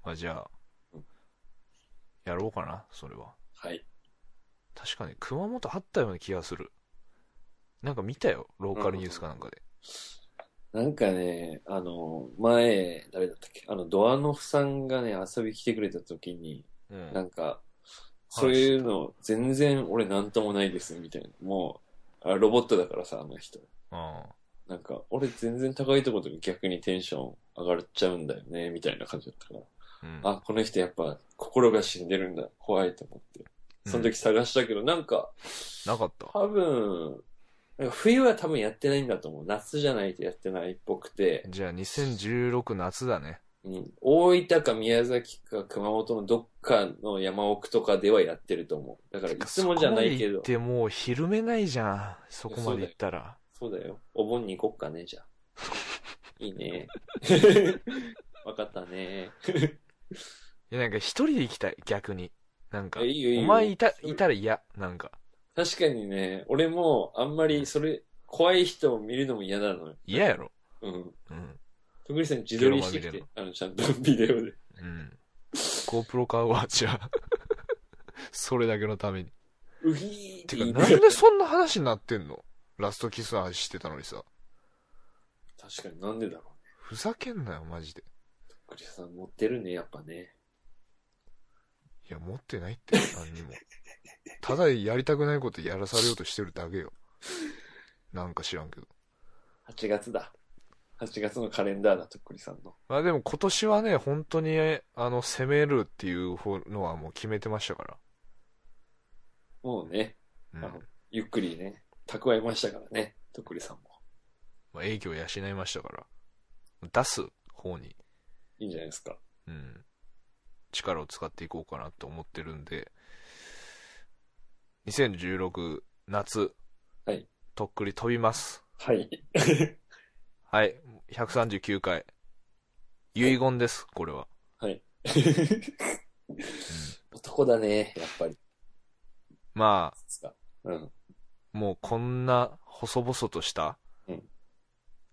Speaker 3: まあじゃあ、やろうかな、それは。
Speaker 2: はい。
Speaker 3: 確かに熊本あったような気がする。なんか見たよ、ローカルニュースかなんかで。
Speaker 2: なんかね、あの、前、誰だったっけあの、ドアノフさんがね、遊び来てくれた時に、
Speaker 3: うん。
Speaker 2: なんか、そういうの、全然俺なんともないです、みたいな。もう、あロボットだからさ、あの人。
Speaker 3: うん
Speaker 2: なんか、俺全然高いところで逆にテンション上がっちゃうんだよね、みたいな感じだったから。
Speaker 3: うん。
Speaker 2: あ、この人やっぱ心が死んでるんだ。怖いと思って。その時探したけど、なんか、
Speaker 3: なかった。
Speaker 2: 多分、なんか冬は多分やってないんだと思う。夏じゃないとやってないっぽくて、
Speaker 3: じゃあ2016夏だね。
Speaker 2: うん、大分か宮崎か熊本のどっかの山奥とかではやってると思う。だからいつもじゃないけど、
Speaker 3: でもう昼めないじゃん。そこまで行ったら。
Speaker 2: そうだよ。お盆に行こっかね、じゃあ。いい
Speaker 3: <laughs>
Speaker 2: ね。わかったね。
Speaker 3: いやなんか一人で行きたい、逆に。なんか、
Speaker 2: えいいよいいよ
Speaker 3: お前いた、いたら嫌、なんか。
Speaker 2: 確かにね、俺もあんまりそれ、怖い人を見るのも嫌なのよ。
Speaker 3: 嫌やろ。
Speaker 2: うん。
Speaker 3: うん。
Speaker 2: 徳利さん自撮りしてき
Speaker 3: ゲロ
Speaker 2: て、あの、ちゃんとビデオで。
Speaker 3: うん。GoPro 買うわ、じゃあ。 <laughs> それだけのために。
Speaker 2: うぎーっ
Speaker 3: か、
Speaker 2: てて言い
Speaker 3: な
Speaker 2: なが
Speaker 3: ん
Speaker 2: ら。
Speaker 3: でそんな話になってんのラストキスの話してたのにさ。
Speaker 2: 確かになんでだろう。
Speaker 3: ふざけんなよ、マジで。
Speaker 2: 徳利さん持ってるね、やっぱね。
Speaker 3: いや、持ってないって、何にも。ただやりたくないことやらされようとしてるだけよ。なんか知らんけど。
Speaker 2: 8月だ。8月のカレンダーだ、徳利さんの。
Speaker 3: まあでも今年はね、本当に、あの、攻めるっていう方のはもう決めてましたか
Speaker 2: もうね、
Speaker 3: ら。
Speaker 2: あ
Speaker 3: うん
Speaker 2: の。ゆっくりね、蓄えましたからね、徳利さんも。
Speaker 3: まあ、影響を養いましたから。出す方に、
Speaker 2: いいんじゃないですか。
Speaker 3: うん。力を使っていこうかなと思ってるんで、2016夏、
Speaker 2: はい。
Speaker 3: とっくり飛びます。
Speaker 2: はい。
Speaker 3: はい。139回。遺言です、これは。
Speaker 2: はい。男だね、やっぱり。
Speaker 3: まあ、
Speaker 2: うん。
Speaker 3: もうこんな細々とした、
Speaker 2: うん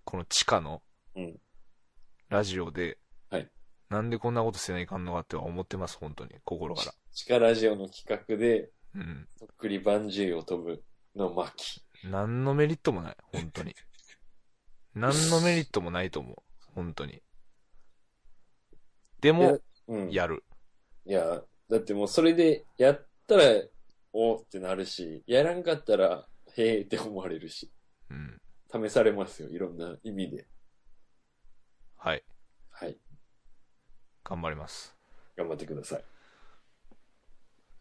Speaker 3: この地下の
Speaker 2: うん、
Speaker 3: ラジオで、
Speaker 2: はい
Speaker 3: なんでこんなことせないかんのかっては思ってます、本当に。心か
Speaker 2: 地下ラジオの企画で、
Speaker 3: ら。うん。
Speaker 2: とっくりバンジーを飛ぶの巻。
Speaker 3: 何のメリットもない、本当に。
Speaker 2: <laughs>
Speaker 3: 何のメリットもないと思う、本当に。でも、
Speaker 2: うん。
Speaker 3: やる。
Speaker 2: いや、だってもうそれでやったら、おーってなるし、やらんかったら、へーって思われるし、
Speaker 3: うん。
Speaker 2: 試されますよ、いろんな意味で。
Speaker 3: はい。
Speaker 2: はい。
Speaker 3: 頑張ります。
Speaker 2: 頑張ってください。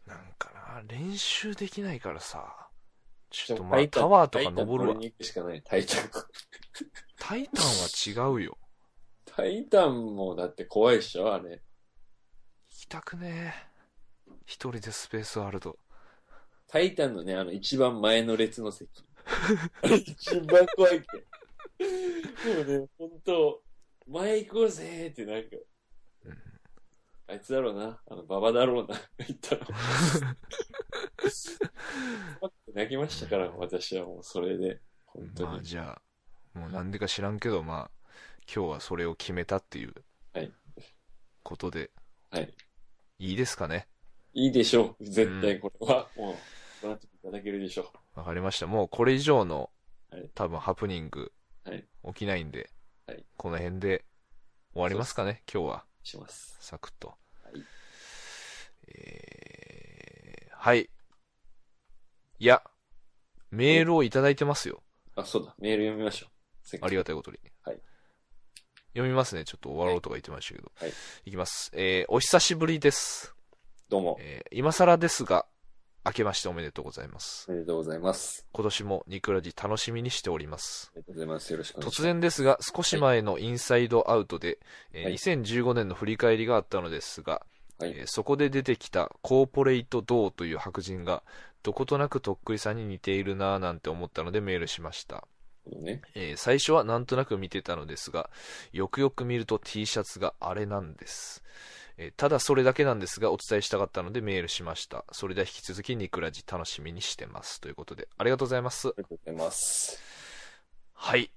Speaker 3: なんかな、練習できないからさ。ち
Speaker 2: ち
Speaker 3: ょっとまあ、タワーとか登るわ。
Speaker 2: に行くしかない。タイタン。
Speaker 3: タイタンは違うよ。
Speaker 2: タイタンもだって怖いっしょ、あれ。
Speaker 3: 行きたくねえ。一人でスペースあると。
Speaker 2: タイタンのね、あの、一番前の列
Speaker 3: <laughs>
Speaker 2: の席。あれ一番怖いけど。でもね、ほんと、前行こうぜーってなんか
Speaker 3: うん、
Speaker 2: あいつだろうな、あの、馬場だろうな、 <laughs> 言ったの。泣きましたから、私はもうそれで、本当
Speaker 3: まあ
Speaker 2: に。
Speaker 3: じゃあ、もうなんでか知らんけど、まあ、今日はそれを決めたっていう、
Speaker 2: はい
Speaker 3: ことで、
Speaker 2: はい。
Speaker 3: いいですかね。
Speaker 2: いいでしょう、絶対これは。もう、ご覧いただけるでしょ
Speaker 3: わかりました。もうこれ以上の、
Speaker 2: はい
Speaker 3: 多分ハプニング、
Speaker 2: はい
Speaker 3: 起きないんで、
Speaker 2: はい
Speaker 3: この辺で終わりますかね、今日は。
Speaker 2: う。します。
Speaker 3: サクッと。
Speaker 2: はい
Speaker 3: えー、はい。いや、メールをいただいてますよ。
Speaker 2: あ、そうだ、メール読みましょう。せっ
Speaker 3: あり
Speaker 2: が
Speaker 3: がたいことに。
Speaker 2: はい
Speaker 3: 読みますね。ちょっと終わろうとか言ってましたけど。
Speaker 2: はいはい
Speaker 3: いきます。えー、お久しぶりです。
Speaker 2: どうも。
Speaker 3: えー、今更ですが、明けましておめでとうございます。
Speaker 2: おめでとうございます。
Speaker 3: 今年もニクラジ楽しみにしております。
Speaker 2: ありがとうございます。よろしくお願
Speaker 3: 突
Speaker 2: いします。
Speaker 3: 然ですが、少し前のインサイドアウトで、えー
Speaker 2: はい
Speaker 3: 2015年の振り返りがあったのですが、
Speaker 2: はい
Speaker 3: えーそこで出てきたコーポレイト・ドーという白人が、どことなくとっくりさんに似ているなぁなんて思ったのでメールしました、
Speaker 2: ね。
Speaker 3: えー最初はなんとなく見てたのですが、よくよく見ると T シャツがあれなんです。えーただそれだけなんですが、お伝えしたかったのでメールしました。それでは引き続きニクラジ楽しみにしてます。ということで、ありがとうございます
Speaker 2: あ。りがとうございます。
Speaker 3: はい。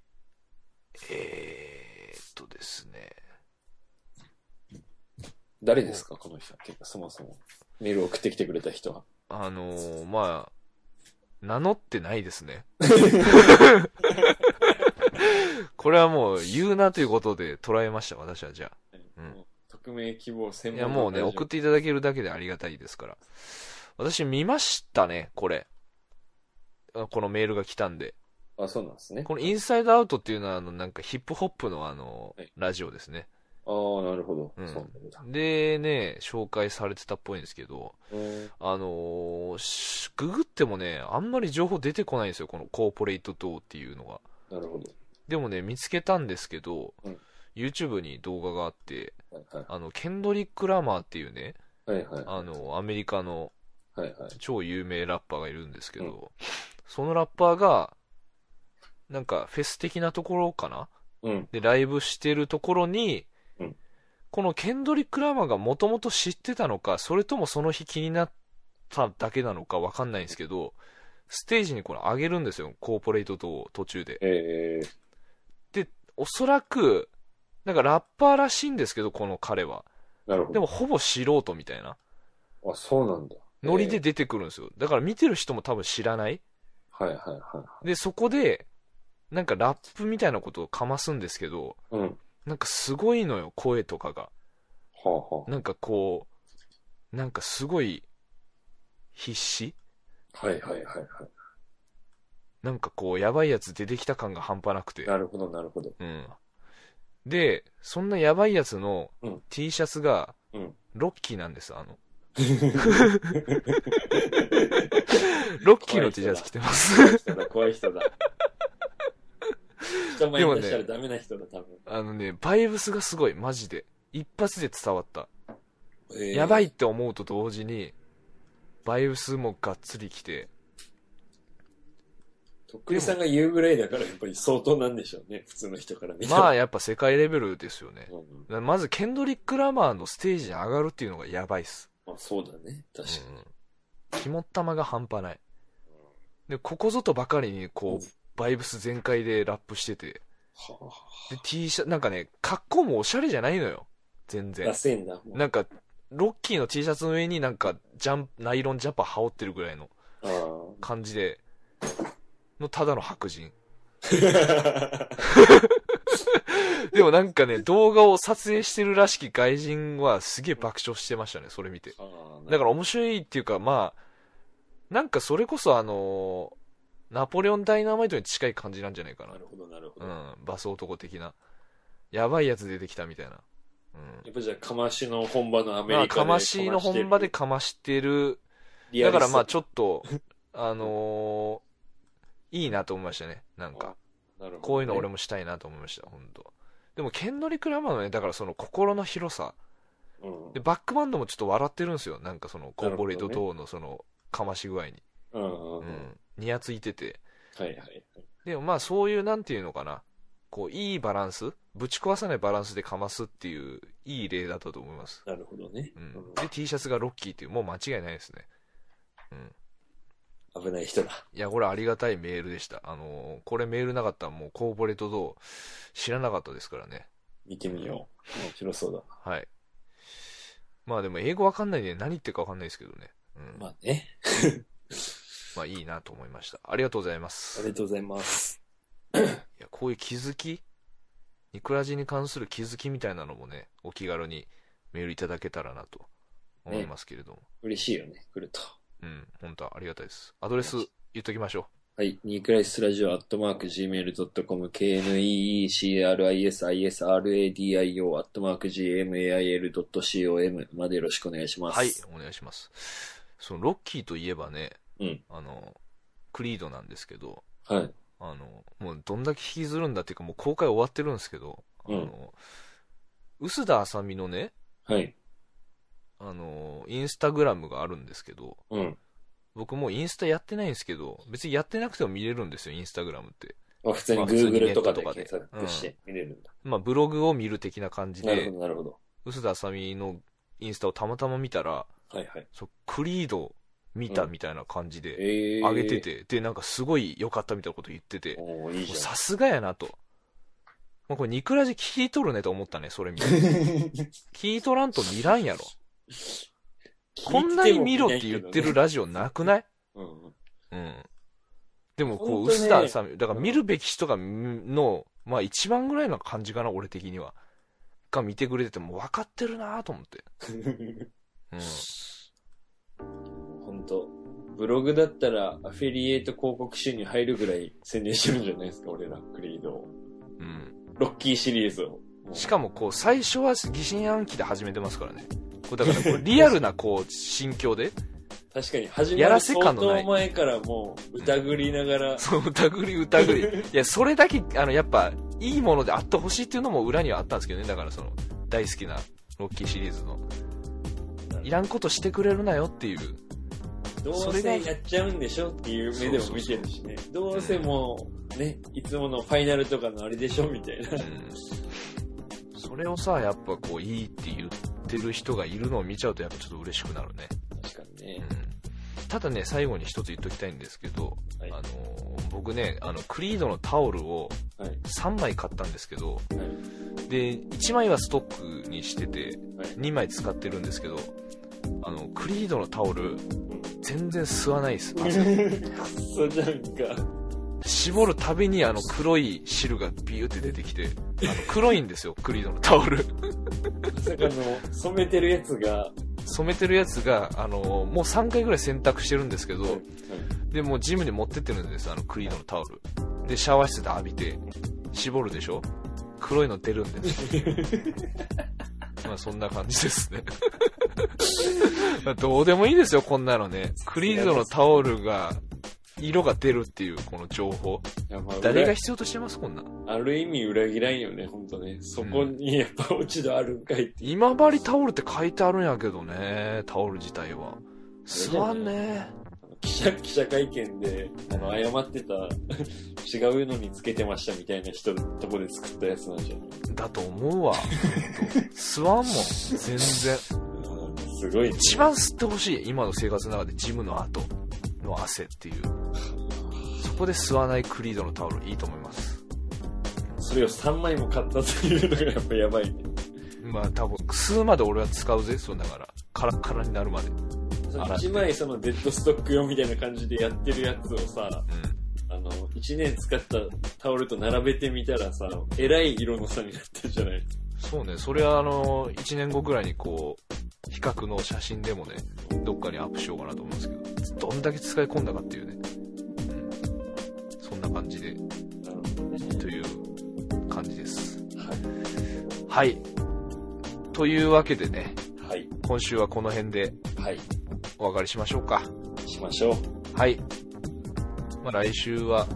Speaker 3: えとですね。
Speaker 2: 誰ですかこの人っていうか、そもそも。メール送ってきてくれた人は。
Speaker 3: あのーまあ、名乗ってないです
Speaker 2: <laughs>
Speaker 3: ね。これはもう言うなということで捉えました、私はじゃうん
Speaker 2: もう匿名希望専
Speaker 3: あ。いや
Speaker 2: 門
Speaker 3: もうね、
Speaker 2: のラジオ
Speaker 3: 送っていただけるだけでありがたいですから。私見ましたね、これ。あこのメールが来たんで。
Speaker 2: あ、そうなんですね。
Speaker 3: このインサイドアウトっていうのは、あの、なんかヒップホップのあの
Speaker 2: はい、
Speaker 3: ラジオですね。
Speaker 2: ああ、なるほど。
Speaker 3: うん
Speaker 2: そうなんだ。
Speaker 3: でね、紹介されてたっぽいんですけど、
Speaker 2: うん
Speaker 3: あのーしググってもね、あんまり情報出てこないんですよ、このコーポレート等っていうのが。
Speaker 2: なるほ
Speaker 3: でもね、見つけたんですけど、
Speaker 2: うん
Speaker 3: YouTube に動画があって、
Speaker 2: ど。はい
Speaker 3: あの、ケンドリック・ラマーっていうね、
Speaker 2: はい。はいは
Speaker 3: あの、アメリカの
Speaker 2: い。はいはい。
Speaker 3: 超有名ラッパーがいるんですけど、そのラッパーが、なんかフェス的なところかな
Speaker 2: うん。
Speaker 3: で、ライブしてるところに、
Speaker 2: うん
Speaker 3: このケンドリック・ラマーがもともと知ってたのか、それともその日気になっただけなのかわかんないんですけど、ステージにこれ上げるんですよ、コーポレートと途中で。
Speaker 2: ええ
Speaker 3: おそらく、なんかラッパーらしいんですけど、この彼は。
Speaker 2: なるほ
Speaker 3: で
Speaker 2: ど。
Speaker 3: もほぼ素人みたいな。
Speaker 2: あ、そうなんだ。
Speaker 3: ノリで出てくるんですよ。だから見てる人も多分知らない。
Speaker 2: はいはいは
Speaker 3: で、そこで、なんかラップみたいなことをかますんですけど、
Speaker 2: い。うん。は
Speaker 3: なんかすごいのよ、声とかが。
Speaker 2: あは
Speaker 3: なんかこう、なんかすごい、必死
Speaker 2: あ。はいはいはいは
Speaker 3: なんかこう、やばいやつ出てきた感が半端なくて
Speaker 2: い。。なるほどなるほど。
Speaker 3: うん。で、そんなやばいやつの
Speaker 2: うん
Speaker 3: T シャツが
Speaker 2: うん、
Speaker 3: ロッキーなんです、あ
Speaker 2: <laughs>
Speaker 3: の。ロッキーの T シャツ着てます。 <laughs>
Speaker 2: 怖い人だ、怖い人だ。人前に出したらダメな人だ、多分。
Speaker 3: あのね、バイブスがすごい、マジで。一発で伝わった。
Speaker 2: ええ
Speaker 3: やばいっ。て思うと同時に、バイブスもがっつり来て、
Speaker 2: とっくりさんが言うぐらいだから、やっぱり相当なんでしょうね、普通の人から見たら。
Speaker 3: まあやっぱ世界レベルですよね。
Speaker 2: うん
Speaker 3: まず、ケンドリック・ラマーのステージに上がるっていうのがやばいっす。
Speaker 2: まあ、そうだね、確か
Speaker 3: うん肝っ玉が半端ない。で、ここぞとばかりに、こ
Speaker 2: うん
Speaker 3: う、バイブス全開でラップしてて、
Speaker 2: に。は
Speaker 3: で、T シャツ、なんかね、格好もおしゃれじゃないのよ。全
Speaker 2: あ、
Speaker 3: 然
Speaker 2: ダ。セえんだ、もう。
Speaker 3: なんか、ロッキーの T シャツの上になんか、ジャンプ、ナイロンジャンパー羽織ってるぐらいの
Speaker 2: あ
Speaker 3: <laughs>
Speaker 2: ー
Speaker 3: 感じで、のただの白人。でもなんかね、動画を撮影してるらしき外人はすげえ爆笑してましたね、それ見て。
Speaker 2: あー
Speaker 3: だから面白いっていうか、まあ、なんかそれこそあのーナポレオンダイナマイトに近い感じなんじゃないか
Speaker 2: なるほど、なるほど。
Speaker 3: な。うん、バス男的な。やばいやつ出てきたみたいな。うん。
Speaker 2: やっぱじゃあ、かましの本場のアメ
Speaker 3: ま
Speaker 2: リカ
Speaker 3: あ、か
Speaker 2: で。
Speaker 3: ましの本場でかましてる。
Speaker 2: リア
Speaker 3: だ
Speaker 2: リス
Speaker 3: から
Speaker 2: ト、
Speaker 3: まあちょっと、 <laughs> あのーいいなと思いましたね。なんか、
Speaker 2: なるほどね
Speaker 3: こういうの俺もしたいなと思いました、本当でも、ケンドリック・ラマーのね、だからその心の広さ。
Speaker 2: うん
Speaker 3: で、バックバンドもちょっと笑ってるんですよ。なんかその、コーポレート等のその、かまし具合に。
Speaker 2: うんうん
Speaker 3: う
Speaker 2: うんん。、
Speaker 3: にやついてて。
Speaker 2: はいはい。
Speaker 3: でもまあそういう、なんていうのかな。こう、いいバランスぶち壊さないバランスでかますっていう、いい例だったと思います。
Speaker 2: なるほどね。
Speaker 3: うん。で、T シャツがロッキーっていう、もう間違いないですね。うん。
Speaker 2: うん危ない人だ。
Speaker 3: いや、これありがたいメールでした。あのーこれメールなかったらもうコーポレートどう知らなかったですからね。
Speaker 2: 見てみよう。面白そうだ。
Speaker 3: はい。まあでも英語わかんないんで何言ってるかわかんないですけどね。うん。ま
Speaker 2: ま
Speaker 3: あ、
Speaker 2: あね。
Speaker 3: いいなと思いました。ありがとうございま
Speaker 2: あ
Speaker 3: す。
Speaker 2: りがとうございます。
Speaker 3: いや、こういう気づき、ニクラジに関する気づきみたいなのもね、お気軽にメールいただけたらなと思いますけれども。
Speaker 2: 嬉しいよね、来ると。
Speaker 3: うん、本当はありがたいです。アドレス言っときましょ
Speaker 2: はい。ニークライスラジオアットマーク Gmail.com KNEECRISISRADIO アットマーク Gmail.com までよろしくお願いし
Speaker 3: う。
Speaker 2: ます。
Speaker 3: はい、お願いします。そのロッキーといえばね、
Speaker 2: うん
Speaker 3: あの、クリードなんですけど、
Speaker 2: はい。
Speaker 3: あの、もうどんだけ引きずるんだっていうか、もう公開終わってるんですけど、あ
Speaker 2: うん
Speaker 3: の、臼田あさみのね、
Speaker 2: はい。
Speaker 3: あの、インスタグラムがあるんですけど、
Speaker 2: うん。
Speaker 3: 僕もうインスタやってないんですけど、別にやってなくても見れるんですよ、インスタグラムって。
Speaker 2: まあ、普通に
Speaker 3: まあ普通に
Speaker 2: Google
Speaker 3: ネット
Speaker 2: とかで
Speaker 3: とかで
Speaker 2: 検索して見れるんだ。
Speaker 3: まあ、ブログを見る的な感じ
Speaker 2: なるほ
Speaker 3: で
Speaker 2: ど、、なるほど。
Speaker 3: 臼田あさみのインスタをたまたま見たら、
Speaker 2: はいはい。
Speaker 3: そうクリード見たみたいな感じで、
Speaker 2: ええー。
Speaker 3: 上げてて、で、なんかすごい良かったみたいなこと言ってて、
Speaker 2: おー
Speaker 3: もう
Speaker 2: いいじゃん。
Speaker 3: さすがやなと。まあ、これニクラジ聞いとるねと思ったね、それ見て。
Speaker 2: <laughs>
Speaker 3: 聞いとらんと見らんやろ。こんなに見ろって言ってるラジオなくない
Speaker 2: うんうん。
Speaker 3: うん。でも、こ
Speaker 2: 本
Speaker 3: う、
Speaker 2: 当ね
Speaker 3: 薄田さん、だから
Speaker 2: うん
Speaker 3: 見るべき人が、の、まあ一番ぐらいの感じかな、俺的には。が見てくれてても分かってるなと思って。うん。
Speaker 2: 本当ブログだったらアフィリエイト広告収入入るぐらい宣伝してるんじゃないですか、俺ら、クリードを。
Speaker 3: うん。
Speaker 2: ロッキーシリーズを。
Speaker 3: しかも、こう、最初は疑心暗鬼で始めてますからね。こうだから、こう、リアルな、こう、心境
Speaker 2: <laughs>
Speaker 3: で、
Speaker 2: 確かに始ま
Speaker 3: や
Speaker 2: る
Speaker 3: らせ
Speaker 2: 相
Speaker 3: 感のな
Speaker 2: 当
Speaker 3: い
Speaker 2: 前からもう疑りなが
Speaker 3: <laughs>
Speaker 2: ら、
Speaker 3: そう、疑り疑り。いや、それだけ、あの、やっぱ、いいものであってほしいっていうのも裏にはあったんですけどね。だから、その、大好きな、ロッキーシリーズの。いらんことしてくれるなよっていう。
Speaker 2: どうせやっちゃうんでしょっていう目でも見てるしね。どうせもう、ね、いつものファイナルとかのあれでしょみたいな。
Speaker 3: うんそれをさ、やっぱこう、いいって言ってる人がいるのを見ちゃうと、やっぱちょっと嬉しくなるね。
Speaker 2: 確かに
Speaker 3: う
Speaker 2: ね。
Speaker 3: んただね、最後に一つ言っときたいんですけど、
Speaker 2: はい
Speaker 3: あのー、僕ね、あの、クリードのタオルを
Speaker 2: はい。
Speaker 3: 3枚買ったんですけど、
Speaker 2: はい。
Speaker 3: で、1枚はストックにしてて、
Speaker 2: はい。
Speaker 3: 2枚使ってるんですけど、あの、クリードのタオル、
Speaker 2: うん
Speaker 3: 全然吸わない
Speaker 2: <laughs>
Speaker 3: です。
Speaker 2: く
Speaker 3: 汗
Speaker 2: っそじゃんか。
Speaker 3: 絞るたびにあの黒い汁がビューって出てきて、あの黒いんですよ、クリードのタオル。
Speaker 2: まさかの、染めてるやつが、
Speaker 3: 染めてるやつが、あのもう3回ぐらい洗濯してるんですけど、で、もうジムに持ってってるんです、あの、クリードのタオル。で、シャワー室で浴びて、絞るでしょ黒いの出るんです。まあ、そんな感じですね。 <laughs> まあどうでもいいですよ、こんなのね。クリードのタオルが、色が出るっていう、この情報。
Speaker 2: いやまあ
Speaker 3: 誰が必要としてます、こんな。
Speaker 2: ある意味裏切らんよね、ほんとね。そこにやっぱ落ち度あるんかいって。
Speaker 3: 今治タオルって書いてあるんやけどね、タオル自体は。すわんね。
Speaker 2: 記者、記者会見で、あの、謝ってた、 <laughs> 違うのにつけてましたみたいな人のとこで作ったやつなんじゃない
Speaker 3: だと思うわ。吸わんもん。全然。
Speaker 2: うんすごいね。
Speaker 3: 一番吸ってほしい。今の生活の中でジムの後の汗っていう。そこで吸わないクリードのタオルいいと思います。
Speaker 2: それを3枚も買ったというのがやっぱやばいね。
Speaker 3: まあ多分、吸うまで俺は使うぜ。そうだから。カラッカラになるまで。うん。
Speaker 2: その1枚そのデッドストック用みたいな感じでやってるやつをさ、あの、1年使ったタオルと並べてみたらさ、えらい色の差になってるじゃない
Speaker 3: そうね。それはあの、1年後くらいにこう、比較の写真でもね、どっかにアップしようかなと思うんですけど、どんだけ使い込んだかっていうね。うん。そんな感じで、
Speaker 2: なるほどね。
Speaker 3: という感じです。
Speaker 2: は
Speaker 3: はい。というわけでね、
Speaker 2: い。
Speaker 3: 今週はこの辺で
Speaker 2: はい。は
Speaker 3: お別れしましょうか。
Speaker 2: い。しましょう。
Speaker 3: はい。まあ、来週は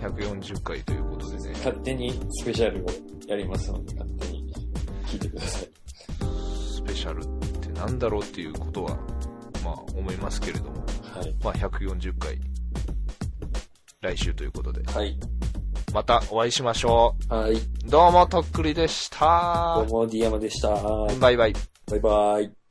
Speaker 3: 140回ということでね。
Speaker 2: 勝手にスペシャルをやりますので、勝手に聞いてください。
Speaker 3: スペシャルってなんだろうっていうことは、まあ思いますけれども。
Speaker 2: はい。
Speaker 3: まあ140回、来週ということで。
Speaker 2: はい。
Speaker 3: またお会いしましょ
Speaker 2: はい。
Speaker 3: う。どうもとっくりでした
Speaker 2: どう。も、ディアマでした。
Speaker 3: バイバイ。
Speaker 2: バイバイ。